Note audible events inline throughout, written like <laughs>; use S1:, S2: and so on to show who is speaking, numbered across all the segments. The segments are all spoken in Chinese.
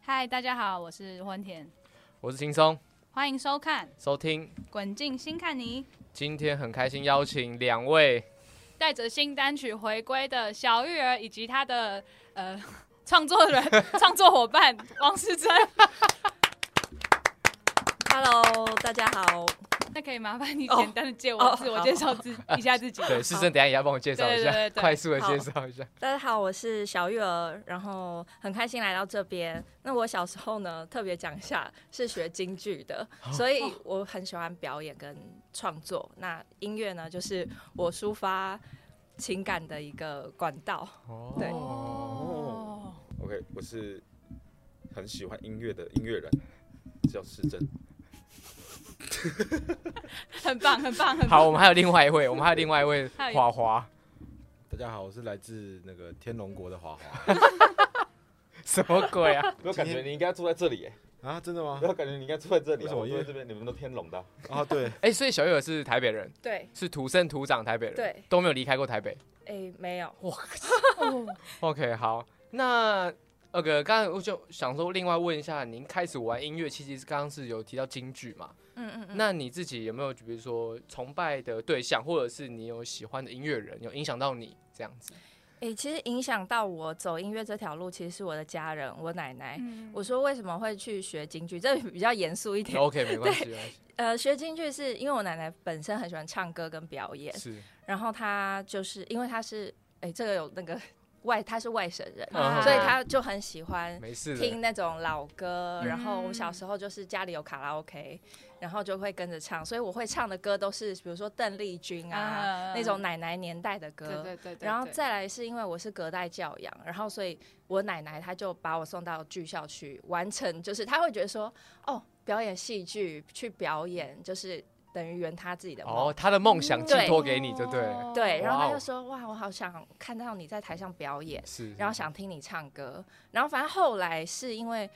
S1: 嗨，大家好，我是欢田，
S2: 我是轻松，
S1: 欢迎收看《
S2: 收听。
S1: 滚进新看你》，
S2: 今天很开心邀请两位，
S1: 带着新单曲回归的小玉儿以及他的呃 <laughs> 创作人、 <laughs> 创作伙伴王世珍。
S3: Hello，大家好。
S1: 那可以麻烦你
S3: 哦
S1: 简单的借我
S3: 哦
S1: 自我介绍自一下自己。
S2: 对，师生，等一下也要帮我介绍一
S1: 对对
S2: 下，
S1: 对对
S2: 快速的介绍一下。
S3: 大家好，我是小玉儿，然后很开心来到这边。那我小时候呢，特别讲一下，是学京剧的，所以我很喜欢表演跟创作。那音乐呢，就是我抒发情感的一个管道。
S2: 哦
S3: 对
S1: 哦，
S4: OK，我是很喜欢音乐的音乐人，叫世珍。
S1: 很棒，很棒，很棒。
S2: 好，我们还有另外一位，我们还有另外一位
S1: 还有一
S2: 华华，
S5: 大家好，我是来自那个天龙国的
S4: <laughs>
S5: 华华
S2: 什么
S1: <laughs>
S2: 鬼啊？
S4: 我感觉你应该住在这里耶，
S5: 啊，真的吗
S4: 我？感觉你应该住在这里、
S5: 为
S4: 啊。
S5: 什么
S4: 我
S5: 因
S4: 住
S5: 为
S4: 在这边，你们都天龙的啊、
S5: 啊，对，
S2: 哎，所以小玉儿是台北人，
S3: 对，
S2: 是土生土长台北人，
S3: 对，
S2: 都没有离开过台北。
S3: 哎，没有，
S1: 哦
S2: OK，好，那那个刚才我就想说，另外问一下，您开始玩音乐，其实刚刚是有提到京剧嘛？
S3: 嗯嗯嗯，
S2: 那你自己有没有比如说崇拜的对象，或者是你有喜欢的音乐人，有影响到你这样子？
S3: 哎、其实影响到我走音乐这条路，其实是我的家人，我奶奶。
S1: 嗯
S3: 我说为什么会去学京剧？这比较严肃一点。
S2: OK，没关系，没关系
S3: 呃，学京剧是因为我奶奶本身很喜欢唱歌跟表演，
S2: 是
S3: 然后她就是因为她是哎、这个有那个 <laughs> 外，她是外省
S1: 嗯
S3: 人，
S2: 啊
S3: 所以她就很喜欢
S2: 没事
S3: 听
S2: 的。
S3: 那种老歌。
S2: 嗯
S3: 然后我小时候就是家里有卡拉 OK，然后就会跟着唱，所以我会唱的歌都是比如说邓丽君啊那种奶奶年代的歌。
S1: 嗯对对对对，
S3: 然后
S1: 对
S3: 再来是因为我是隔代教养，然后所以我奶奶她就把我送到剧校去完成，就是她会觉得说，哦，表演戏剧去表演，就是等于圆她自己的梦。
S2: 哦，他的梦
S3: 嗯
S2: 想寄托给你就对了，
S3: 对，然后她
S2: 哇哦
S3: 就说：“哇，我好想看到你在台上表演，
S2: 是。
S3: 然后想听你唱歌。”然后反正后来是因为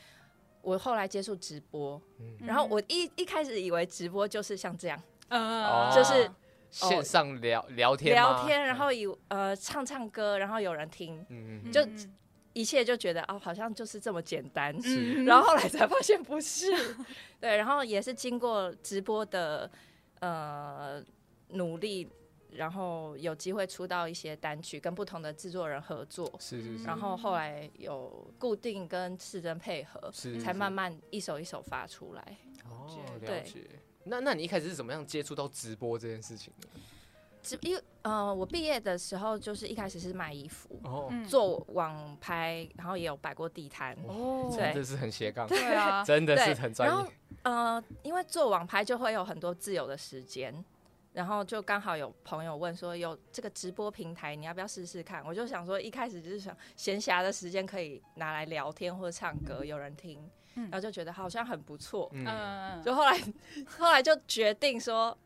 S3: 我后来接触直播，
S2: 嗯
S3: 然后我一一开始以为直播就是像这样
S2: 哦
S1: 嗯
S3: 就是
S2: 线上聊聊天嗯吗
S3: 哦聊天，然后以呃唱唱歌，然后有人听，
S2: 嗯嗯
S1: 嗯
S3: 就
S1: 嗯
S3: 一切就觉得哦，好像就是这么简单。
S1: 嗯
S2: 是
S3: 然后后来才发现
S2: <laughs>
S3: 不是，对，然后也是经过直播的呃努力，然后有机会出到一些单曲，跟不同的制作人合作，
S2: 是是是
S3: 然后后来有固定跟世珍配合，
S2: 是，
S3: 才
S2: 是
S3: 慢慢一首一首发出来。
S2: 哦了
S3: 对
S2: 解。那那你一开始是怎么样接触到直播这件事情的？
S3: 只因为呃，我毕业的时候就是一开始是卖衣服，
S2: 哦，
S1: 嗯
S3: 做网拍，然后也有摆过地摊，
S1: 哦
S3: 对
S2: 真的是很斜杠，
S1: 对啊，
S2: 真的是
S3: 对，
S2: 很
S3: 然
S2: 专
S3: 后
S2: 业。
S3: 呃，因为做网拍就会有很多自由的时间，然后就刚好有朋友问说有这个直播平台，你要不要试试看？我就想说一开始就是想闲暇的时间可以拿来聊天或者唱歌，有人听，
S1: 嗯
S3: 然后就觉得好像很不错，
S2: <laughs> 嗯，
S1: 嗯，
S3: 就后来后来就决定说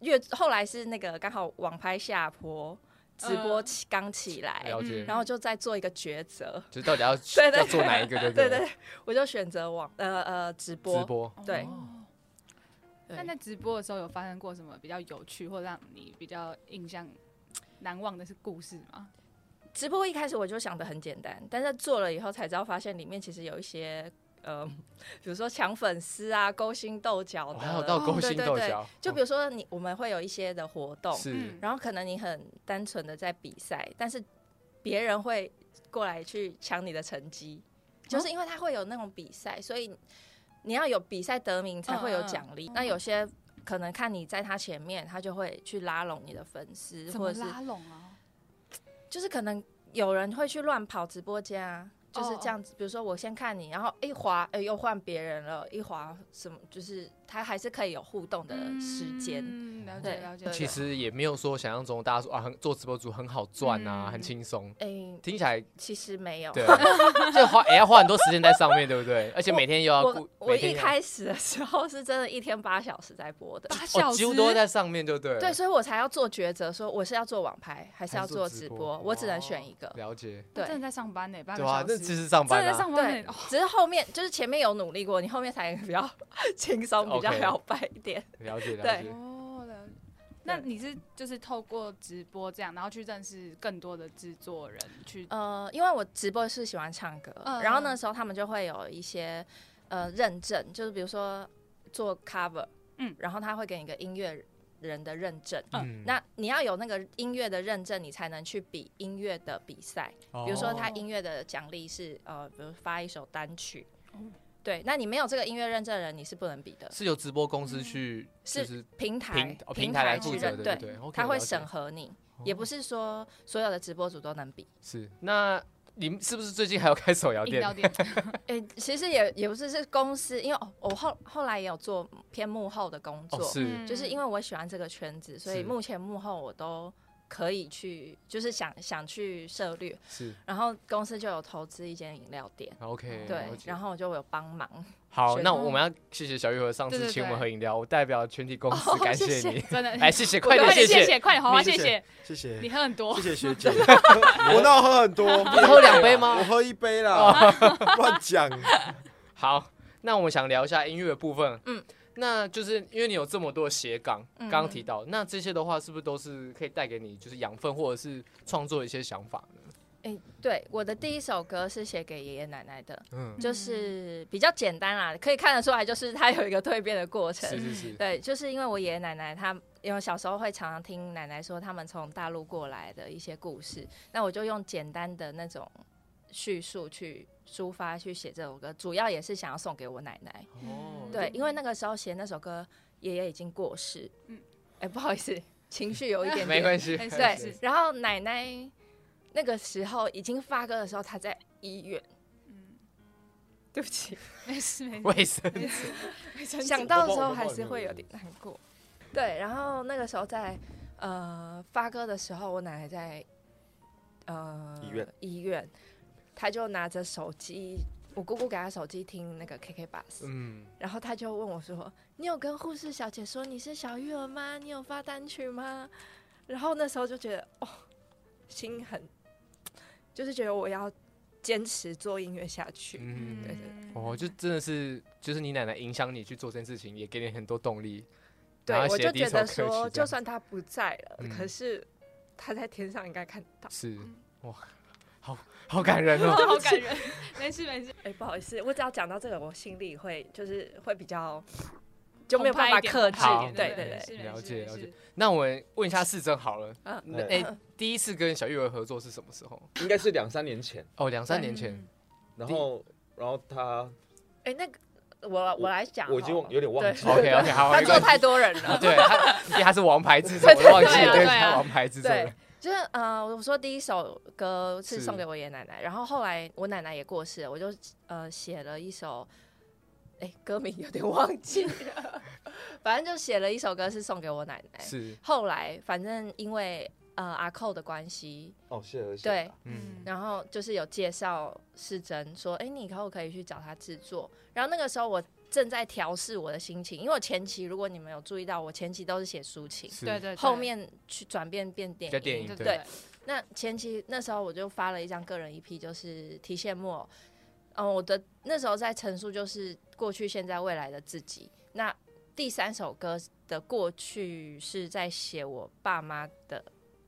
S3: 越后来是那个刚好网拍下坡，直播
S1: 嗯
S3: 起刚起来，
S2: 了解
S1: 嗯。
S3: 然后就再做一个抉择。
S2: 就到底要
S3: <laughs> 对对
S2: 要做哪一个？对
S3: 对 <laughs>
S2: 对
S3: 对，，我就选择网呃呃直播，
S2: 直播。
S3: 对
S1: 哦
S3: 对
S1: 那在直播的时候有发生过什么比较有趣或让你比较印象难忘的是故事吗？
S3: 直播一开始我就想的很简单，但是做了以后才知道，发现里面其实有一些呃，比如说抢粉丝啊、勾心斗角
S2: 哦
S3: 的，
S2: 还有到勾
S3: 对
S2: 心
S3: 对
S2: 斗
S3: 对
S2: 角，
S3: 就比
S2: 如
S3: 如说你我们会有一些的活动，
S2: 是
S1: 嗯
S3: 然后可能你很单纯的在比赛，但是别人会过来去抢你的成绩，
S1: 哦
S3: 就是因为他会有那种比赛，所以你要有比赛得名才会有奖励。
S1: 嗯嗯嗯
S3: 那有些可能看你在他前面，他就会去拉拢你的粉丝，
S1: 怎
S3: 或
S1: 么
S3: 者是
S1: 拉拢啊？
S3: 就是可能有人会去乱跑直播间啊，就是
S1: 哦
S3: 这样子。比如说我先看你，然后一滑，哎、又换别人了，一滑什么，就是他还是可以有互动的时间。
S1: 嗯，了解
S3: 对
S1: 了解。
S3: 对
S1: 了解
S2: 其实也没有说想象中大家说啊，很做直播主很好赚啊，
S1: 嗯
S2: 很轻松。
S3: 哎、
S2: 听起来
S3: 其实没有。
S2: 对， <laughs> 就花也要花很多时间在上面，对不对？而且每天又要
S3: 我
S2: 顾，
S3: 我
S2: 每天
S3: 一
S2: 要
S3: 开始的时候是真的一天八小时在播的，
S1: 八
S2: 哦，
S1: 小
S2: 几
S1: 时
S2: 乎都会在上面，对不对？
S3: 对，，所以我才要做抉择，说我是要做网拍还是要做直播，我只能选一个。
S2: 了解，
S1: 那真
S3: 对
S1: 的在上班呢，半
S2: 对
S1: 个
S2: 啊
S1: 小，
S2: 那
S1: 时
S2: 其实上
S1: 真
S2: 班
S1: 的在
S2: 啊，
S1: 上班
S3: 对
S1: 呢。哦，
S3: 只是后面就是前面有努力过，你后面才比较 <laughs> 轻松，比较
S2: OK
S3: 摇摆一点。
S2: 了解了
S3: 对
S2: 解。
S1: 哦了解那你是就是透过直播这样，然后去认识更多的制作人
S2: 啊
S1: 去，
S3: 呃，因为我直播是喜欢唱歌，
S1: 嗯
S3: 然后那时候他们就会有一些呃认证，就是比如说做 cover，
S1: 嗯
S3: 嗯，然后他会给你一个音乐人的认证。
S2: 嗯，
S3: 那你要有那个音乐的认证，你才能去比音乐的比赛。比
S2: 哦
S3: 如说，他音乐的奖励是呃，比如发一首单曲
S1: 哦，
S2: 嗯
S3: 对，那你没有这个音乐认证的人，你是不能比的。
S2: 是由直播公司去，就是是
S3: 平
S2: 平
S3: 嗯台
S2: 哦
S3: 平
S2: 台来
S3: 去
S2: 负责
S3: 认
S2: 的，
S3: 对，
S2: 对，OK，
S3: 他会
S2: 了解哦
S3: 审核你，也不是说所有的直播主都能比。
S2: <laughs> 是。那你们是不是最近还要开手摇
S1: 硬
S2: 店
S1: 到？点，
S3: 诶、其实也也不是是公司，因为哦我后后来也有做偏幕后的工作，
S2: 哦，是
S1: 嗯
S3: 就是因为我喜欢这个圈子，所以
S2: 是
S3: 目前幕后我都可以去，就是想想去涉猎。
S2: 是
S3: 然后公司就有投资一间饮料店，
S2: 好，OK，
S3: 对
S2: 嗯了，解
S3: 然后嗯我就有帮忙，
S2: 好，
S3: 学
S2: 那
S3: 生
S2: 我们要谢谢小玉和上
S1: 对
S2: 次
S1: 对
S2: 请我们
S1: 对
S2: 喝饮料，我代表全体公司
S3: 哦
S2: 感
S3: 谢
S2: 谢
S3: 谢
S2: 你，
S1: 真
S2: <laughs>
S1: 的， <laughs>
S2: 来谢谢，哎快点
S1: 快点
S2: 谢
S1: 谢，谢，快点，好啊，谢谢，
S5: 谢谢
S1: 你喝很多
S5: 谢，谢学姐， <laughs> 我那喝
S1: <laughs>
S5: 很多，
S2: 你喝两杯吗
S3: <laughs>
S5: 我喝一杯啦，
S1: 哦
S5: <laughs> 乱讲。
S2: 好，那我们想聊一下音乐的部分。嗯
S3: 嗯，
S2: 那就是因为你有这么多斜杠，刚
S3: 嗯
S2: 刚提到，那这些的话是不是都是可以带给你就是养分，或者是创作一些想法呢？
S3: 诶、对，我的第一首歌是写给爷爷奶奶的，
S2: 嗯，
S3: 就是比较简单啦，可以看得出来，就是它有一个蜕变的过程。
S2: 是是是，
S3: 对，就是因为我爷爷奶奶他，因为小时候会常常听奶奶说他们从大陆过来的一些故事，那我就用简单的那种叙述去抒发去写这首歌，主要也是想要送给我奶奶。
S2: 哦，
S3: 对，因为那个时候写那首歌，爷爷已经过世。嗯，哎、不好意思，情绪有一
S2: <laughs>
S3: 点点
S2: 没关系，
S1: 没事
S3: 对，然后奶奶那个时候已经发歌的时候，她在医院。
S1: 嗯，
S3: <laughs> 对不 <laughs> 起，
S1: 没事没事
S2: 卫生
S1: 没事，没事
S3: 想到的时候还是会有点难过。对，然后那个时候在呃发歌的时候，我奶奶在呃
S4: 医院
S3: 医院，她就拿着手机，我姑姑给她手机听那个 KK bus，、
S2: 嗯，
S3: 然后她就问我说：“你有跟护士小姐说你是小玉儿吗？你有发单曲吗？”然后那时候就觉得哦，心很，就是觉得我要坚持做音乐下去。
S2: 嗯，
S3: 对
S2: 哦，就真的是，就是你奶奶影响你去做这件事情，也给你很多动力。
S3: 对
S2: 然，后
S3: 我
S2: 写
S3: 就
S2: 第一
S3: 觉
S2: 首
S3: 得
S2: 歌曲这
S3: 说，
S2: 样
S3: 就算他不在了，
S2: 嗯
S3: 可是他在天上应该看得到。
S2: 是
S1: 嗯
S2: 哇，好好感人哦。
S3: <laughs>
S1: 好感人， <laughs> 没事没事，
S3: 哎、不好意思，我只要讲到这个，我心里会就是会比较就没有办
S1: 澎湃
S3: 法
S1: 一点
S3: 克制
S1: 澎湃一。点
S3: 对
S1: 对
S3: 对
S1: 没
S3: 对，
S1: 事
S2: 了
S1: 没事
S2: 解
S1: 没
S2: 了
S1: 事
S2: 解那我们问一下世珍好了，
S3: 嗯
S2: 那哎、第一次跟小玉儿合作是什么时候？
S4: 应该是两三年前，
S2: 哦，两三年前。
S1: 嗯
S4: 然后然后他
S3: 哎、那个我我来讲好了，
S4: 我已经忘有点忘记
S3: 对
S4: 了，
S2: OK OK，好，
S3: 他
S2: 没
S3: 做
S2: 关系。
S3: 太多人了。
S2: 对他，因为他是王牌制作，我都忘记
S1: 对
S2: 了，
S1: 啊
S2: 对，
S1: 对啊
S2: 他王牌制作
S3: 对
S2: 人。，
S3: 就是呃，我说第一首歌是
S2: 是
S3: 送给我爷爷奶奶，然后后来我奶奶也过世了，我就呃写了一首，哎、歌名有点忘记了， <laughs> 反正就写了一首歌是送给我奶奶。
S2: 是，
S3: 后来反正因为呃阿寇的关系，
S4: <laughs> 哦，谢了谢。
S3: 对，，
S2: 嗯，
S3: 然后就是有介绍世珍说，哎、你以后可以去找他制作。然后那个时候我正在调试我的心情，因为我前期如果你们有注意到，我前期都是写抒情，
S2: 是
S1: 对对，对
S3: 后面去转变变电
S2: 比较
S3: 影。
S2: 电影
S1: 对
S2: 对
S1: 对，
S3: 那前期那时候我就发了一张个人 EP，就是提线木偶。嗯，我的那时候在陈述就是过去、现在、未来的自己。那第三首歌的过去是在写我爸妈的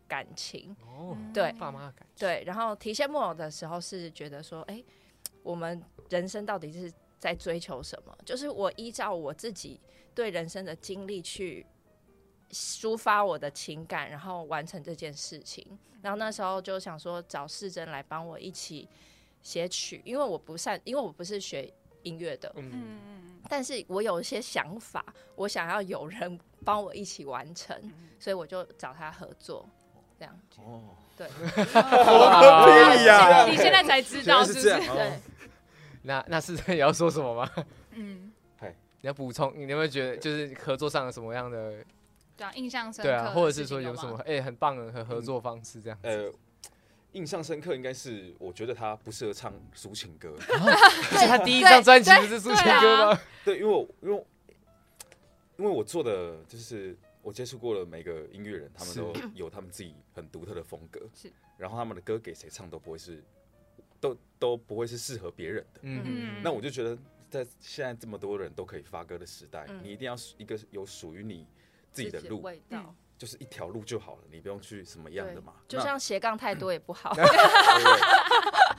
S3: 感情，
S2: 哦，
S1: 嗯
S3: 对
S2: 爸妈的感觉，
S3: 对。然后提线木偶的时候是觉得说，哎、我们人生到底是在追求什么？就是我依照我自己对人生的经历去抒发我的情感，然后完成这件事情。然后那时候就想说找世珍来帮我一起写曲，因为我不善，因为我不是学音乐的，
S2: 嗯，
S1: 嗯嗯
S3: 但是我有一些想法，我想要有人帮我一起完成，
S1: 嗯
S3: 所以我就找他合作。这样，
S4: 哦，
S3: 哦
S2: 哇
S5: 对呀
S1: 嗯，你现在才知
S4: 原
S1: 道
S4: 来
S1: 是
S4: 是
S1: 不
S4: 这样
S1: 是？，
S4: 哦
S3: 对，
S2: 那那世珍也要说什么吗？ <laughs>
S1: 嗯，
S2: 你要补充，你有没有觉得就是合作上有什么样的
S1: 对啊，印象深刻
S2: 对
S1: 的事情
S2: 啊，
S1: 吗，
S2: 或者是说有什么哎很棒的和合作方式这样 <laughs> 子？
S4: 呃，印象深刻应该是我觉得他不适合唱抒情歌，
S2: 而且他第一张专辑不是抒情歌吗？
S4: 对，因为我因为我因为我做的就是我接触过的每个音乐人，他们
S2: 是
S4: 都有他们自己很独特的风格，
S1: 是，
S4: 然后他们的歌给谁唱都不会是，都都不会是适合别人的。
S2: 嗯，
S1: 嗯
S4: 那我就觉得，在现在这么多人都可以发歌的时代，
S3: 嗯
S4: 你一定要一个有属于你自己的
S3: 自己
S4: 路，
S3: 味道，
S4: 就是一条路就好了，你不用去什么样的嘛。
S3: 就
S4: 那
S3: 像斜杠太多也不好。
S4: 对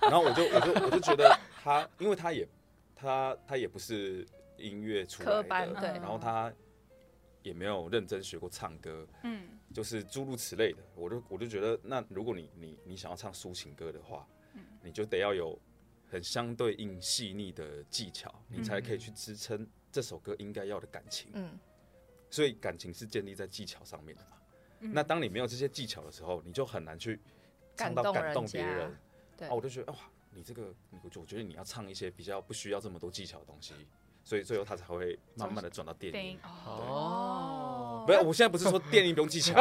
S4: 然后我就我就我就觉得他，因为他也他他也不是音乐出来
S3: 科
S4: 的，
S3: 班
S1: 对
S4: 然后他也没有认真学过唱歌，
S1: 嗯，
S4: 就是诸如此类的。我就我就觉得，那如果你你你想要唱抒情歌的话，
S3: 嗯
S4: 你就得要有很相对应细腻的技巧，你才可以去支撑这首歌应该要的感情。
S3: 嗯，
S4: 所以感情是建立在技巧上面的嘛。
S3: 嗯
S1: 嗯
S4: 那当你没有这些技巧的时候，你就很难去唱到感
S3: 感动
S4: 动
S3: 人家
S4: 别人。
S3: 对
S4: 啊，我就觉得哇，你这个，你我觉得你要唱一些比较不需要这么多技巧的东西，所以最后他才会慢慢的转到电
S1: 电
S4: 音
S1: 影。哦，
S2: 哦，
S4: 不是，我现在不是说电音不用技
S3: <laughs>
S4: 巧，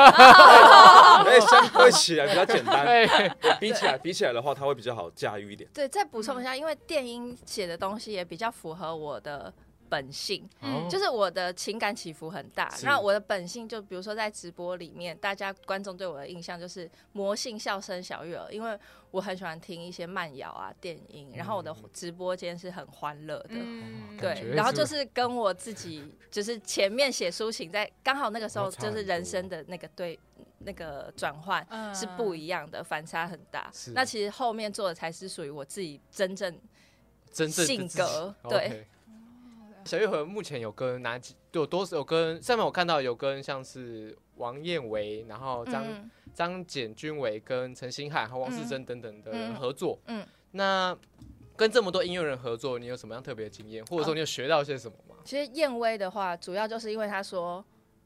S4: 对，相对起来比较简单。
S2: 哎，
S4: 比起来，比起来的话，它会比较好驾驭一点。
S3: 对，再补充一下，因为电音写的东西也比较符合我的本性，
S2: 哦
S1: 嗯
S3: 就是我的情感起伏很大。
S4: 是
S3: 那我的本性就比如说在直播里面，大家观众对我的印象就是魔性笑声小月儿，因为我很喜欢听一些慢摇啊、电音，然后我的直播间是很欢乐的。
S1: 嗯，
S2: 哦感
S3: 对
S2: 觉，
S3: 然后
S2: 是
S3: 就是跟我自己，就是前面写抒情，在刚好那个时候，
S5: 哦差很
S3: 就是人生的那个对那个转换
S1: 嗯
S3: 是不一样的，反差很大
S2: 是。
S3: 那其实后面做的才是属于我自己真正
S2: 真正的
S3: 性
S2: 自己
S3: 格对。
S2: OK 小月和目前有跟哪几有多有跟上面我看到有跟像是王彦维，然后张
S3: 嗯
S2: 张简君伟跟陈星汉和王世贞等等的人合作。
S3: 嗯嗯
S2: 那跟这么多音乐人合作，你有什么样特别的经验，或者说你有学到些什么
S3: <laughs>
S2: 吗？
S3: 其实燕威的话，主要就是因为他说，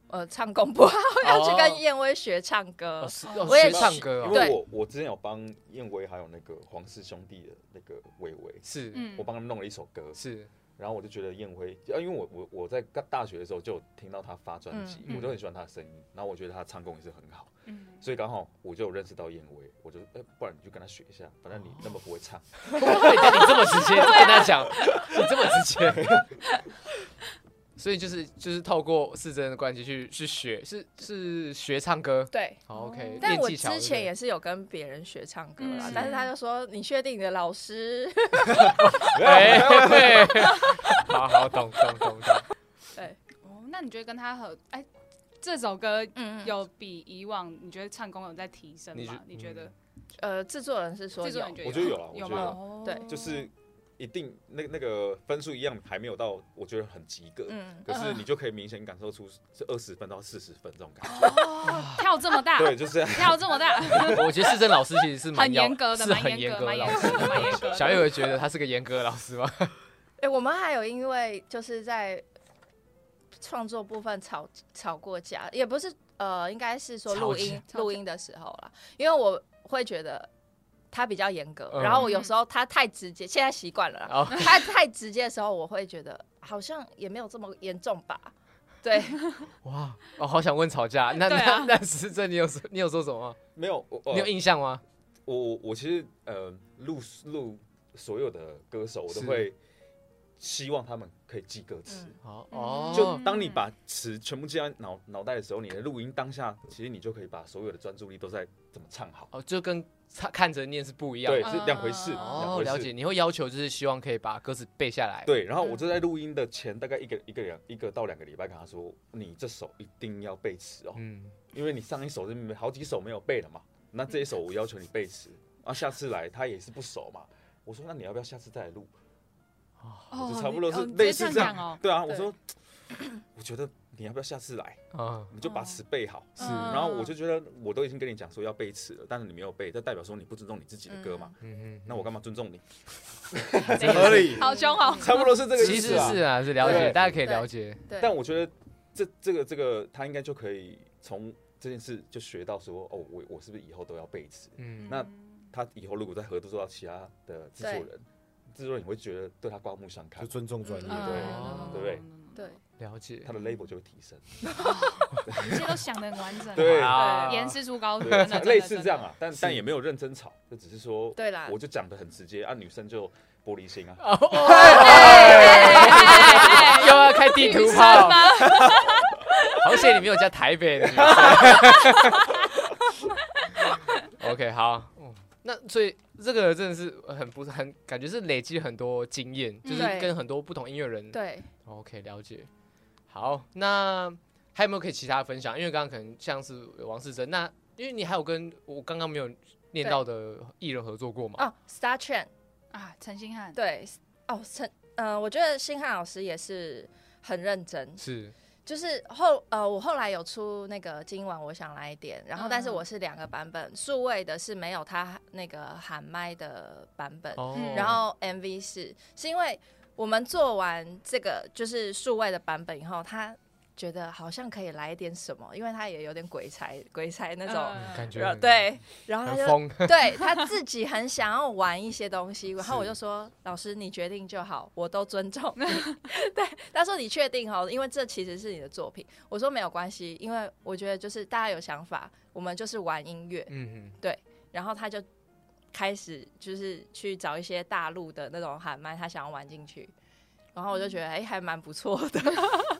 S3: 呃，唱功不好， <laughs> 要去跟燕威学唱歌
S2: 哦，。是哦
S3: 我也
S2: 学唱歌
S4: 因
S2: 哦，
S4: 为
S3: 对
S4: 我我之前有帮燕威还有那个黄氏兄弟的那个伟伟，
S2: 是
S1: 嗯
S4: 我帮他们弄了一首歌，
S2: 是
S4: 然后我就觉得燕辉，啊，因为我我我在大大学的时候就有听到他发专辑，
S2: 嗯
S4: 我就很喜欢他的声音，然后我觉得他的唱功也是很好，
S1: 嗯
S4: 所以刚好我就有认识到燕威，我就哎、不然你就跟他学一下，反正你那么不会唱，
S2: 你这么直接
S1: 啊
S2: 跟他讲，你这么直接，所以就是就是透过世真的关系去去学，是是学唱歌。
S3: 对，
S2: 好，OK，
S1: 哦
S3: 但
S2: 练
S3: 我
S2: 技巧
S3: 之前也
S2: 对
S3: 是有跟别人学唱歌啦
S1: 嗯，
S3: 但是他就说，你确定你的老师？
S2: 不对哎，对好好懂懂懂懂。
S3: 对，
S1: 哦，那你觉得跟他合，哎，这首歌
S3: 嗯，
S1: 有比以往你觉得唱功有在提升
S2: 你
S1: 吗
S2: 觉？
S1: 你觉得？
S3: 呃，制作人是哦说
S1: 这
S3: 有嗯
S1: 种，你
S4: 我
S1: 觉
S4: 觉
S1: 得
S4: 得
S1: 有有
S4: 有啦我觉得有
S1: 吗？
S3: 对
S4: 就是一定那那个分数一样还没有到，我觉得很及格，
S3: 嗯，
S4: 可是你就可以明显感受出是二十分到四十分这种感觉，
S1: 哦 <laughs> 跳这么大，
S4: 对，就是这样。
S1: <laughs> 跳这么大，
S2: 我觉得世真老师其实是
S1: <laughs>
S2: 蛮
S1: 很
S2: 要
S1: 严格的
S2: 是
S1: 蛮
S2: 很
S1: 严格
S2: 格的
S1: 蛮
S2: 老
S1: 严
S2: 师
S1: 格。蛮严格的
S2: 小叶会觉得他是个严格的老
S1: <laughs>
S2: 师吗？
S3: 哎，我们还有因为就是在创作部分吵吵过架，也不是呃，应该是说录音
S1: 吵架
S3: 录音的时候啦，因为我会觉得。他比较严格，
S2: 嗯
S3: 然后我有时候他太直接，现在习惯了啦，
S2: 哦，
S3: 他太直接的时候，我会觉得好像也没有这么严重吧。对，
S2: 哇，我哦好想问吵架。那
S1: 对啊
S2: 那那世真，你有说你有说什么吗？
S4: 没有，我、呃
S2: 你有印象吗？
S4: 我我我其实呃录录所有的歌手，我都
S2: 是
S4: 会希望他们可以记歌词。
S3: 嗯
S2: 好哦，
S4: 就当你把词全部记在脑脑袋的时候，你的录音当下，其实你就可以把所有的专注力都在怎么唱好。
S2: 哦，就跟看看着念是不一样的
S4: 对，。是两回事。两
S2: 哦，
S4: 回
S2: 了
S4: 事
S2: 解，。你会要求就是希望可以把歌词背下来。，
S4: 对，然后我就在录音的前大概一个一个两一个到两个礼拜，跟他说，你这首一定要背词哦，
S2: 嗯，
S4: 因为你上一首是没好几首没有背了嘛，那这一首我要求你背词，啊，下次来他也是不熟嘛，我说那你要不要下次再来录？
S1: 哦
S4: 我就差不多
S1: 你
S4: 是
S1: 哦你直接
S4: 类似这
S1: 样哦
S4: 样。对啊，我
S3: 对
S4: 说， <sniffs> 我觉得你要不要下次来，
S2: 啊，
S4: 你就把
S1: 哦
S4: 词背好。
S2: 是
S1: 嗯
S4: 然后我就觉得，我都已经跟你讲说要背词了，但是你没有背，这代表说你不尊重你自己的歌嘛？
S2: 嗯
S4: 那我干嘛尊重你？
S1: 合
S4: 理
S1: 好凶哦。
S4: 差不多是这个
S2: 其
S4: 意思
S2: 实
S4: 啊
S2: 是。啊，是了解，
S4: 对
S2: 大家可以了解。
S3: 嗯对，
S4: 但我觉得这这个这个，他应该就可以从这件事就学到说，哦，我我是不是以后都要背词？
S2: 嗯，
S4: 那他以后如果再合作到其他的制作人，制作人你会觉得对他刮目相
S5: 就
S4: 看，
S5: 尊重专业。
S3: 嗯
S4: 对
S2: 哦
S4: 对不对？
S3: 对，
S2: 了解
S4: 他。的 label 就会提升。
S1: 这些都想的很完
S2: <laughs>
S1: 整，啊
S4: 对
S2: 哇
S1: 严师出高徒，哦
S4: <laughs>
S1: 真的 <laughs>
S4: 对，类似这样。啊，但
S2: 是
S4: 但也没有认真吵，就只是说，
S3: 对啦
S4: 我就讲的很直接啊，女生就玻璃心啊，
S2: 哦 <laughs> 又要开地图炮， <laughs> 好险你没有加台北的女生。OK，好，嗯那所以这个真的是很不是很感觉是累积很多经验，就是
S3: 对
S2: 跟很多不同音乐人
S3: 对，
S2: OK，了解。好，那还有没有可以其他分享？因为刚刚可能像是王世贞，那因为你还有跟我刚刚没有念到的艺人合作过嘛？
S3: 哦，Star Train，
S1: 啊，陈星汉，
S3: 对，哦，陈，呃，我觉得星汉老师也是很认真，
S2: 是
S3: 就是后呃，我后来有出那个今晚我想来一点，然后但是我是两个版本，数位的是没有他那个喊麦的版本，
S2: 哦
S1: 嗯
S3: 呃然后 MV 是是因为我们做完这个就是数位的版本以后，他觉得好像可以来一点什么，因为他也有点鬼才鬼才那种，
S1: 嗯
S2: 感觉
S3: 呃然
S2: 很，
S3: 后对，然后他
S2: 很
S3: 就
S2: 疯，
S3: <laughs>
S2: <laughs>
S3: 对他自己很想要玩一些东西，然后我就说：“老师，你决定就好，我都尊重你。” <laughs> 对，他说：“你确定哦？因为这其实是你的作品。”我说：“没有关系，因为我觉得就是大家有想法，我们就是玩音乐。
S2: 嗯嗯，”
S3: 然后他就开始就是去找一些大陆的那种喊麦，他想要玩进去。然后我就
S2: 嗯
S3: 觉得，哎、还蛮不错的。 <laughs>
S2: 哦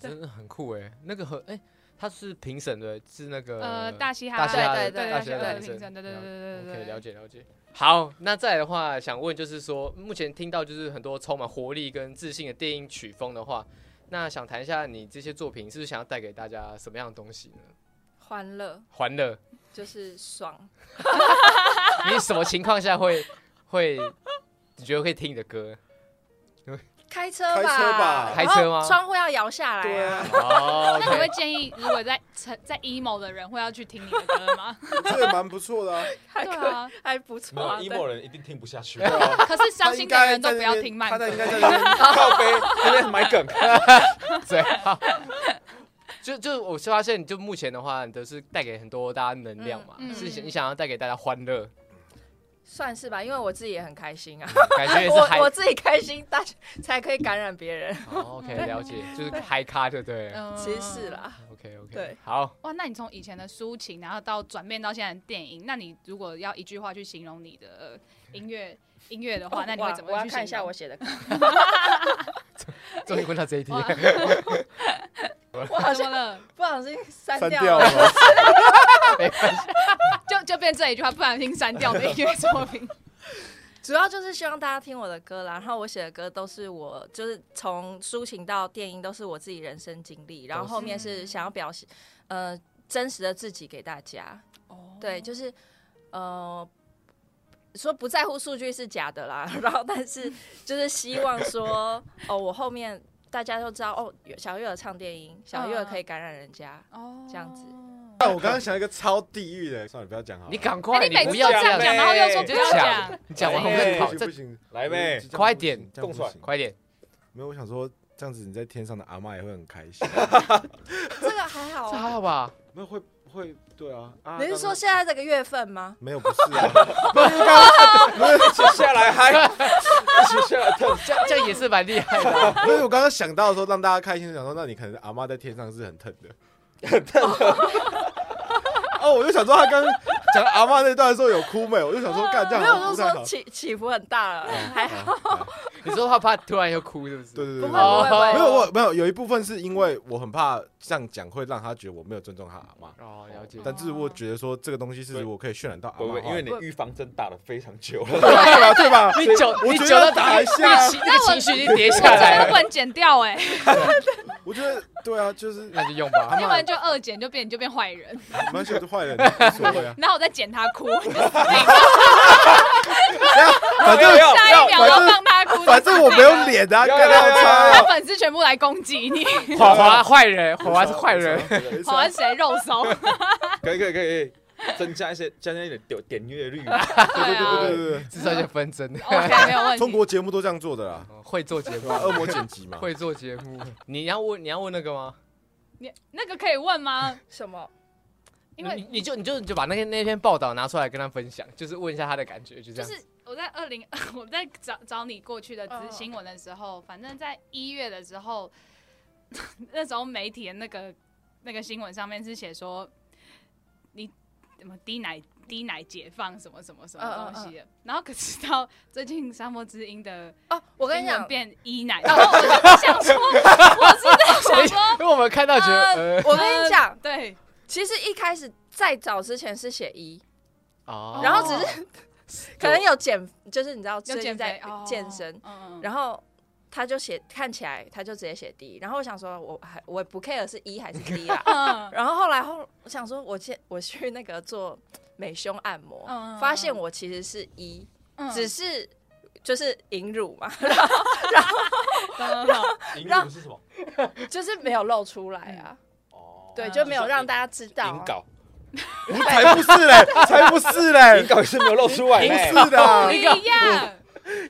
S2: 真的很酷哎，那个和哎，他是评审的，是那个
S1: 呃，大嘻哈，
S2: 大虾
S3: 对
S2: 的
S3: 对对
S2: 大
S3: 对
S2: 虾
S3: 对
S2: 的
S1: 对评审对对对对对
S2: 可以
S1: 对
S2: 了解了解。好，那再来的话，想问就是说，目前听到就是很多充满活力跟自信的电影曲风的话，那想谈一下你这些作品是不是想要带给大家什么样的东西呢？
S3: 欢乐
S2: 欢乐，
S3: 就是爽，
S2: 你什么情况下会会你觉得会听你的歌？
S3: 开车
S4: 开
S3: 吧，
S4: 车吧
S2: 开车吗
S3: 然后窗户要摇下来、
S4: 对啊，
S2: 哦
S1: 那你会建议，如果在在 emo 的人会要去听你的歌吗？ <laughs>
S6: 这也蛮不错的啊。
S3: <laughs> 还
S1: 对
S3: 可
S1: 啊，
S3: 还不
S4: 没
S3: 错、
S4: 有
S3: 啊。对啊
S4: emo 人一定听不下去，
S1: 哦
S6: <laughs>
S1: 可是伤心的人都不要听慢
S6: 他在
S1: 歌
S6: 应。该在那边
S4: 靠背那边买
S3: <laughs>
S4: 梗，
S2: 对啊，就就我是发现，就目前的话，你都是带给很多大家能量嘛，
S1: 嗯嗯
S2: 是想你想要带给大家
S1: <laughs>
S2: 欢乐，
S3: 算是吧，因为我自己也很开心啊，
S2: 感觉也是嗨
S3: 我我自己开心，大家 <laughs> 才可以感染别人，
S2: 哦 OK，了解，就是嗨咖，对不对
S1: 嗯
S3: 其实是。啦。
S2: ？OK OK，
S3: 对，
S2: 好，
S1: 哇，那你从以前的抒情，然后到转变到现在的电影，那你如果要一句话去形容你的呃音乐音乐的话，那你会怎么
S3: 哦我要
S1: 去
S3: 看一
S1: 形
S3: 下
S1: 容
S3: 我？写 <laughs> 的，
S2: 终于问到这一题，
S1: 哇
S3: 我好
S1: <laughs> 怎么
S3: 像
S1: 了？
S3: 不小心
S1: <laughs>
S3: 删
S6: 删
S3: 掉
S6: 掉
S3: 了。
S5: <laughs>
S6: 了。
S1: 就就变这一句话，不小心删掉的音乐作品。
S3: 主要就是希望大家听我的歌啦，然后我写的歌都是我就是从抒情到电音都是我自己人生经历，然后后面是想要表现呃真实的自己给大家。
S1: 哦
S3: 对，就是呃，说不在乎数据是假的啦，然后但是就是希望说，哦，我后面大家都知道，哦，小月儿唱电音，小月儿可以感染人家，
S1: 哦
S3: 这样子
S6: 但我刚刚想一个超地狱的，
S5: 算了，不要讲好了。
S2: 你赶
S1: 哎，
S2: 快，
S1: 你每
S2: 不
S1: 次
S2: 要
S1: 都
S2: 这
S1: 这样
S2: 样，
S1: 讲，然后又说不要
S2: 你
S1: 讲
S2: 讲。讲完我
S4: 哎
S2: 们
S6: 不
S2: 好，
S6: 行
S2: 这
S6: 不行，
S4: 来呗
S3: <laughs>
S5: 这样不行
S2: 快点啊
S5: 这样
S4: 动
S5: 不
S4: 出来
S5: 行
S2: 快点，
S5: 没有，我想说这样子你在天上的阿妈也会很开心。
S3: <laughs> 这个还好
S1: 哦
S2: 这
S3: 啊。
S2: 还好吧？
S5: 没有会会对啊啊
S3: 你是说现在这个月份吗？
S5: 没有不是啊？ <laughs>
S4: 接下来嗨，
S3: <laughs>
S4: 接下来跳，
S2: 这样这样也是蛮厉害的啊，
S5: 因为我刚刚想到的时候让大家开心，想说那你可能阿妈在天上是很疼的，很疼的。哦，我就想说他刚刚讲阿妈那段的时候有哭没？啊我就想说干这
S3: 没
S5: 样
S3: 有，
S5: 好
S3: 就
S5: 像不
S3: 是
S5: 太好
S3: 说。起起伏很大了，还好。
S5: 啊
S2: 你说他怕突然又哭是不是？
S5: 对对对
S3: 不会
S5: 对，对
S2: 哦
S3: 不会不会，
S5: 没有我没有有一部分是因为我很怕这样讲会让他觉得我没有尊重他阿妈，
S2: 哦，了解。
S5: 但是我觉得说这个东西是我可以渲染到阿
S4: 不
S5: 妈
S4: 不，
S5: 的话，
S4: 因为你预防针打的非常久
S3: <laughs>
S4: 了。
S5: 对吧对吧？
S2: <laughs> 你久
S5: 我
S2: 你
S5: 觉
S2: 久到
S5: 得打一下
S2: 那个情那个情绪已经跌
S1: 我
S2: 下
S1: 真
S2: 来
S1: 的不
S2: 了，
S1: 能剪掉哎，
S5: 我觉得对啊，就是
S2: 那就用吧。
S5: 阿
S1: 要
S5: 嬷
S1: 不然就二剪就变你就变坏人，
S5: 蛮喜欢坏 <laughs> 人的，无所谓啊。
S1: 然后我再剪他哭，
S5: 反正
S1: <laughs>
S4: 要
S1: 下一秒
S5: 反
S1: 要
S5: 正
S1: 放他哭。
S5: 反正我没有脸啊，
S4: 要
S5: 干到
S4: 要
S1: 他
S5: 差 <laughs>
S1: 粉丝全部来攻击
S3: <laughs>
S1: 你，
S2: 华华坏人，华华是坏人。
S5: 哦。
S1: 好像谁肉搜？
S4: 可以可以可以，增加一些增加一点点点
S3: <laughs>
S4: 阅率。
S1: 对啊
S5: 对对对
S2: 至少就纷 <laughs> 争。
S1: ，OK 没有问
S5: 对，
S1: 题。
S5: 中国节目都这样做的啦，
S2: 会做节
S5: 对啊
S2: 目
S5: 吧？，恶魔剪辑嘛，
S2: 会做节目。你要问你要问那个吗？
S1: 你那个可以问吗？
S3: <laughs> 什么？
S1: 因为
S5: 嗯
S2: 你你就你就你就把那天那篇报道拿出来跟他分享，就是问一下他的感觉，就这
S1: 就
S2: 样。
S1: 是我在二零， <laughs> 我在找找你过去的资
S3: 嗯
S1: 新闻的时候，反正在一月的时候， <laughs> 那时候媒体的那个那个新闻上面是写说你什么低奶低奶解放什么什么什
S3: 嗯嗯
S1: 么东西的，然后可是到最近沙漠之音的
S3: 哦，我
S1: 我
S3: 跟你讲，哦
S1: 变一奶，然后 <laughs> 我就想说，我是在想说，
S2: 因为我们看到觉得
S3: 呃
S2: 呃
S3: <laughs> 我跟你讲，
S1: 对，
S3: 其实一开始再早之前是写一，
S2: 哦
S3: 然后只是可能有减，就是你知道
S1: 有
S3: 最
S1: 减
S3: 近在
S1: 肥哦
S3: 健身，
S1: 嗯嗯，
S3: 然后他就写看起来他就直接写 D，然后我想说我还我也不 care 是 E 还是
S1: <laughs>
S3: D 啦，
S1: 嗯
S3: 然后后来后我想说我去我去那个做美胸按摩，
S1: 嗯嗯
S3: 发现我其实是 E，、
S2: <laughs>
S1: 嗯
S3: 只是就是隐乳嘛， <laughs>
S1: 懂懂懂
S4: 银
S3: 让
S4: 乳是什么？
S3: 就是没有露出来啊，
S4: 哦，
S3: 对，
S1: 嗯
S3: 就没有让大家知道、
S4: 银
S3: 啊。
S4: 稿，
S6: 你才不是嘞，才不是嘞
S4: 银，稿也是没有
S3: <laughs>
S4: 露出来
S6: 不
S4: 嘞，
S6: 是的
S5: 啊
S1: 不，嗯一样，
S2: 嗯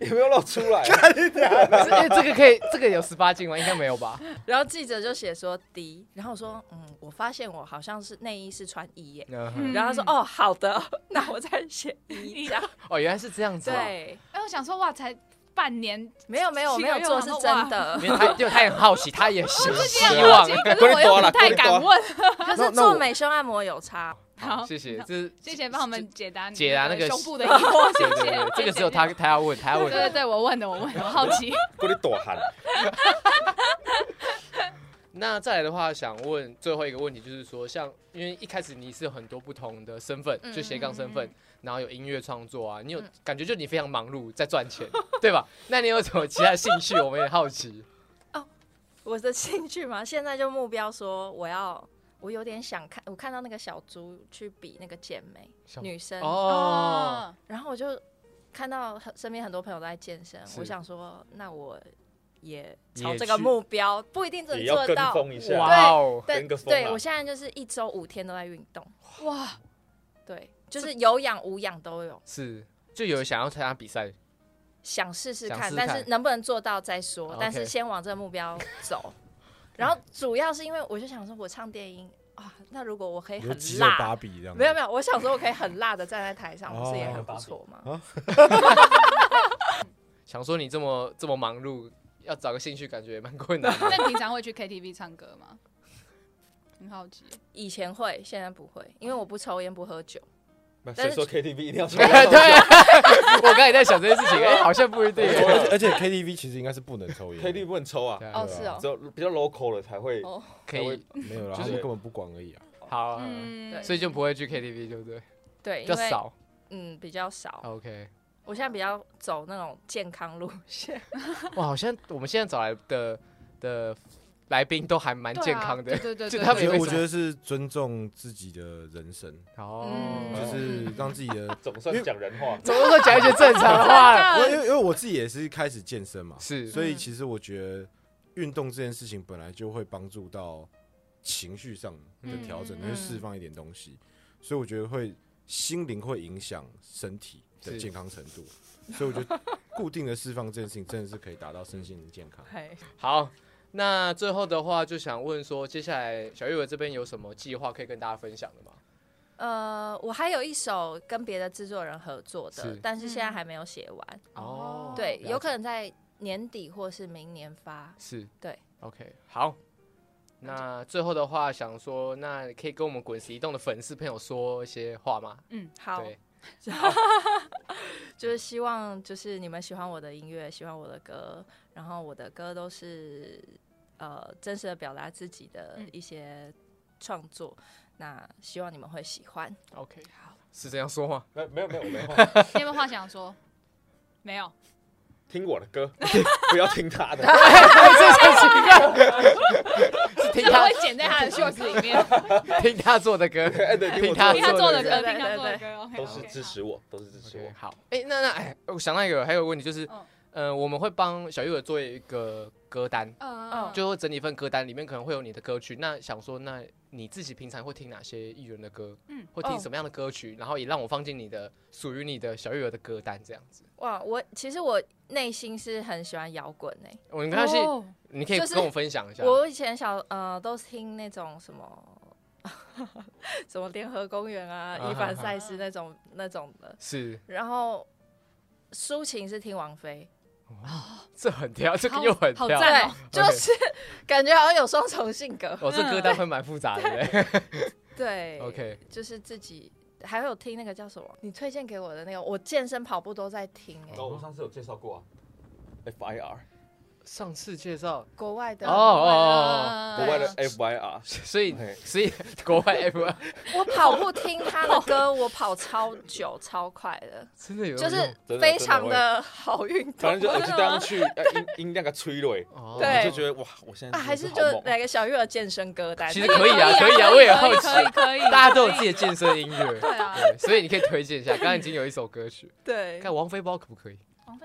S4: 也没有露出
S3: <laughs>
S4: 来。
S2: 因 <laughs> 为这个可以，这个有十八禁吗？应该没有
S1: <laughs>
S2: 吧？
S3: 然后记者就写说 D，然后我说嗯，我发现我好像是内衣是穿 E 耶、
S1: 嗯
S3: 然后他说哦好的， <laughs> 那我再写 E 这样。
S2: 哦，原来是这样子、哦。，
S3: 对，
S1: 哎，我想说哇，才半年，
S3: 没有没有
S1: 七
S3: 没
S1: 个
S3: 有
S1: 月
S3: 做
S1: 我
S3: 是
S1: 想说
S3: 真的，
S2: 因为他，因为他也很好奇，他也希希
S1: 我
S2: 望
S1: 已。经可是我又不太敢
S2: <laughs>
S1: 问。
S3: 可
S6: 那
S3: 是
S6: 那我
S3: 做美胸按摩有差。
S1: 好，
S2: 谢谢，这是
S1: 谢谢帮我们解答你
S2: 解答那个
S1: 胸部的疑
S2: <laughs>
S1: 惑，
S2: 对
S1: 谢
S2: 对
S1: 谢
S2: 对，。这个只有他他要问，他要
S1: 对对
S2: 问。
S1: 对，我问的，我问的，我好奇。
S4: 过你躲寒，
S2: 那再来的话，想问最后一个问题，就是说，像因为一开始你是有很多不同的身份，
S3: 嗯
S2: 就斜杠身
S1: 嗯
S2: 份
S1: 嗯，
S2: 然后有音乐创作啊，你
S3: <laughs>
S2: 有
S3: 嗯
S2: 感觉就你非常忙碌在赚钱，对吧？那你有什么其他兴趣？我们也好
S3: <laughs>
S2: 奇。
S3: 我的兴趣嘛，现在就目标说我要，我有点想看，我看到那个小猪去比那个健美
S2: 小
S3: 女生，
S2: 哦，，
S3: 然后我就看到很身边很多朋友都在健身，
S2: 是
S3: 我想说，那我也
S2: 你
S3: 朝
S2: 也
S3: 这个
S2: 去
S3: 目标，不一定真
S4: 也
S3: 的
S4: 要
S3: 做得
S4: 跟
S3: 到。
S4: 风一下。
S2: 哇哦，
S3: 但
S4: 跟个风啊
S3: 对我现在就是一周五天都在运动，
S1: 哇，
S3: 对，就是有氧无氧都有，
S2: 是就有想要参加比赛，
S3: 想试试
S2: 想
S3: 看，
S2: 试
S3: 但是
S2: 看
S3: 能不能做到再说
S2: OK
S3: 但是先往这个目标走。然后主要是因为我就想说，我唱电音啊，那如果我可以
S5: 你就
S3: 很
S5: 肌肉
S3: 辣，
S5: 芭比这样。
S3: 没有没有，我想说我可以很辣的站在台上，不是也
S5: 哦
S3: 很不错吗？
S2: 想说你这么这么忙碌，要找个兴趣感觉也蛮困难
S3: <laughs>
S2: 的。 <laughs>
S1: 那你平常会去 KTV 唱歌吗？很好奇，
S3: 以前会，现在不会，因为我不抽烟不喝酒。
S4: 那
S3: 但
S4: 谁
S3: 是
S4: 说 KTV 一定要啊出
S2: 对，
S3: <laughs>
S2: 啊
S4: 来？
S2: <laughs> 我刚才也在想这件事情，哎、好像不一定。
S5: 而且而且 KTV 其实应该是不能抽烟的
S4: KTV 不能抽啊，
S2: 对啊
S3: 哦，是哦
S4: 只，有比较 local 的才会。
S3: 哦，
S2: 可以，
S5: 没有啦，
S2: 就
S5: 他
S2: 是
S5: 们根本不管而已啊。
S2: 好、
S1: 嗯，
S2: 所以就不会去 KTV，对不对？
S3: 对，
S2: 比
S3: 因
S2: 较
S3: 为
S2: 少。
S3: 嗯比较少。
S2: OK，
S3: 我现在比较走那种健康路线，
S2: 哇，好像我们现在找来的的来宾都还蛮
S1: 对啊
S2: 健康的
S1: 对。对对，
S2: 就
S1: 对
S2: 他
S5: 我
S2: 们
S5: 觉
S2: 也
S5: 得
S2: 会
S5: 我觉得是尊重自己的人生，
S2: 哦，
S3: 嗯
S5: 就是让自己的。
S3: <laughs>
S4: 总算讲人话，
S2: 怎么说讲一些正常的话了？
S5: 我因为因为我自己也是开始健身嘛，
S2: 是，
S3: 嗯
S5: 所以其实我觉得运动这件事情本来就会帮助到情绪上的调整，
S1: 嗯
S5: 会释放一点东西，所以我觉得会心灵会影响身体的
S2: 是
S5: 健康程度，所以我觉得固定的释放这件事情真的是可以达到身心灵
S3: <laughs>
S5: 健康。
S3: 嘿
S2: 好。那最后的话，就想问说，接下来小玉儿这边有什么计划可以跟大家分享的吗？
S3: 呃，我还有一首跟别的制作人合作的，
S2: 是
S3: 但是现在还没有写完。
S1: 哦
S3: 对，
S2: 了解
S3: 有可能在年底或是明年发。
S2: 是，
S3: 对
S2: ，OK，好。那最后的话，想说，那可以跟我们滚石移动的粉丝朋友说一些话吗？
S1: 嗯
S3: 好，
S2: 对，
S3: 就是希望就是你们喜欢我的音乐，喜欢我的歌，然后我的歌都是呃真实的表达自己的
S1: 嗯
S3: 一些创作，
S2: 嗯
S3: 那希望你们会喜欢。
S2: OK，是这样说吗？
S4: 没没有没有没有，
S1: 你有没有话想说？没有，
S4: 听我的歌，不要听他的。
S2: 是听
S1: 这个
S2: 他
S1: 会剪在
S2: <laughs>
S1: 他的 shorts 里面，
S2: 听他做的歌。
S4: 哎，对，听
S2: 听
S4: 我
S2: 他
S1: 听他做的
S3: 对
S1: 歌，
S3: 对
S1: 听他做的
S3: 对
S1: 歌，OK，
S4: 都是支持我，都是支持
S2: OK，
S4: 我。
S2: 好。哎、那那哎，我想到一个，还有个问题就是，
S1: 嗯
S2: 呃，我们会帮小玉儿做一个歌单，
S1: 嗯，
S3: 嗯
S1: 嗯
S2: 就会整理一份歌单，里面可能会有你的歌曲。那想说，那你自己平常会听哪些艺人的歌？嗯
S1: 嗯，
S2: 会听
S3: 哦
S2: 什么样的歌曲？然后也让我放进你的属于你的小玉儿的歌单，这样子。
S3: 哇，我其实我内心是很喜欢摇滚欸诶，
S2: 我没关系，
S1: 哦
S2: 你可以
S3: 就是
S2: 跟我分享一下。
S3: 我以前小呃都是听那种什么 <laughs> 什么联合公园啊、
S2: 啊
S3: 伊凡赛斯那种那种的，
S2: 是，
S3: 然后抒情是听王
S2: <laughs>
S3: 菲，
S2: 这很挑，这个
S1: 好
S2: 又很
S1: 好
S2: 挑。
S1: 赞
S3: 对
S1: 哦，
S3: 就是感觉好像有双重性格，
S2: <laughs> 哦，这歌单会蛮复杂的对
S3: 对
S2: <laughs> OK，
S3: 就是自己还有听那个叫什么，你推荐给我的那个，我健身跑步都在听哎、
S4: 哦，我们上次有介绍过啊，FIR，
S2: 上次介绍
S3: 国外的
S1: 啊
S2: 哦哦哦，
S1: 嗯
S4: 国外的 FYR，
S2: 所以
S4: 嘿
S2: 所以国外 F
S3: 我跑步听他的
S2: <laughs>
S3: 歌，我跑超久超快的，
S2: 真的有
S3: 就
S2: 用
S3: 是非常的好运动
S4: 反正就耳机戴上去， <laughs> 呃音音量给催泪，
S2: 哦
S3: 啊对
S4: 你就觉得哇，我现在
S3: 啊，还是
S4: 真的
S3: 就
S4: 好猛
S3: 来个小月儿健身歌单，
S2: 其实可以啊可以啊我也好奇
S1: 可以可以，
S2: <laughs> 大家都有自己的健身音乐，
S1: 对啊，
S2: 对，所以你可以推荐一下。刚刚已经有一首
S1: <laughs>
S2: 歌曲，
S3: <laughs> 对。
S2: 看王菲包可不可以？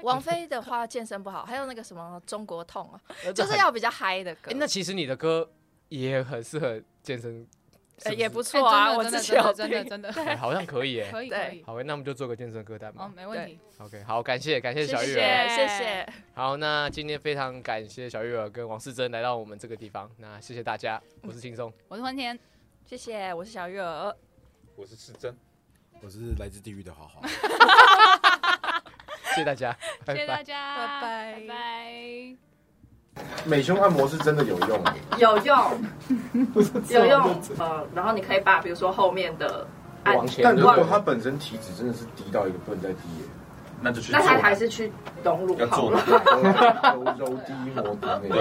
S3: 王菲的话健身不好，还有那个什么中国痛啊，
S1: 呃
S3: 就是要比较嗨的歌
S2: 哎，，那其实你的歌也很适合健身，是
S3: 呃
S2: 不
S3: 也
S2: 是
S3: 不
S1: 哎
S3: 错啊，
S1: 真的
S3: 我
S1: 真
S3: 自
S1: 的
S3: 己有
S1: 真的
S3: 听
S1: 真的真的
S2: <laughs> 哎好像可以耶。
S1: <laughs> 可以
S3: 对
S1: 可以，
S2: 好，那我们就做个健身歌单
S1: 哦，
S2: 吧。
S1: 没问题，
S2: OK，好，感谢感谢
S3: 谢
S2: 小
S3: 谢
S2: 玉儿。
S3: 谢谢，
S2: 好，那今天非常感谢小玉儿跟王世珍来到我们这个地方，那谢谢大家，我是轻松。
S1: 我是欢天。
S3: 谢谢，我是小月儿，
S4: 我是是真。
S5: 我是来自地狱的好好。
S2: 谢谢大家，
S1: 谢
S2: 拜
S1: 谢
S2: 拜
S1: 大。家，
S3: 拜拜
S1: 拜拜。
S6: 美胸按摩是真的有用，
S3: 有用，有用，呃，然后你可以把比如说后面的按
S2: 往前
S6: 但如
S2: 如
S6: 果
S2: 果
S6: 他本身体脂真的是低到一个不能再低耶，
S4: 那就去
S3: 那他
S4: 做呃
S3: 还是去隆乳
S4: 要
S3: 好
S4: 做
S3: 了。
S6: 揉揉低磨低那种。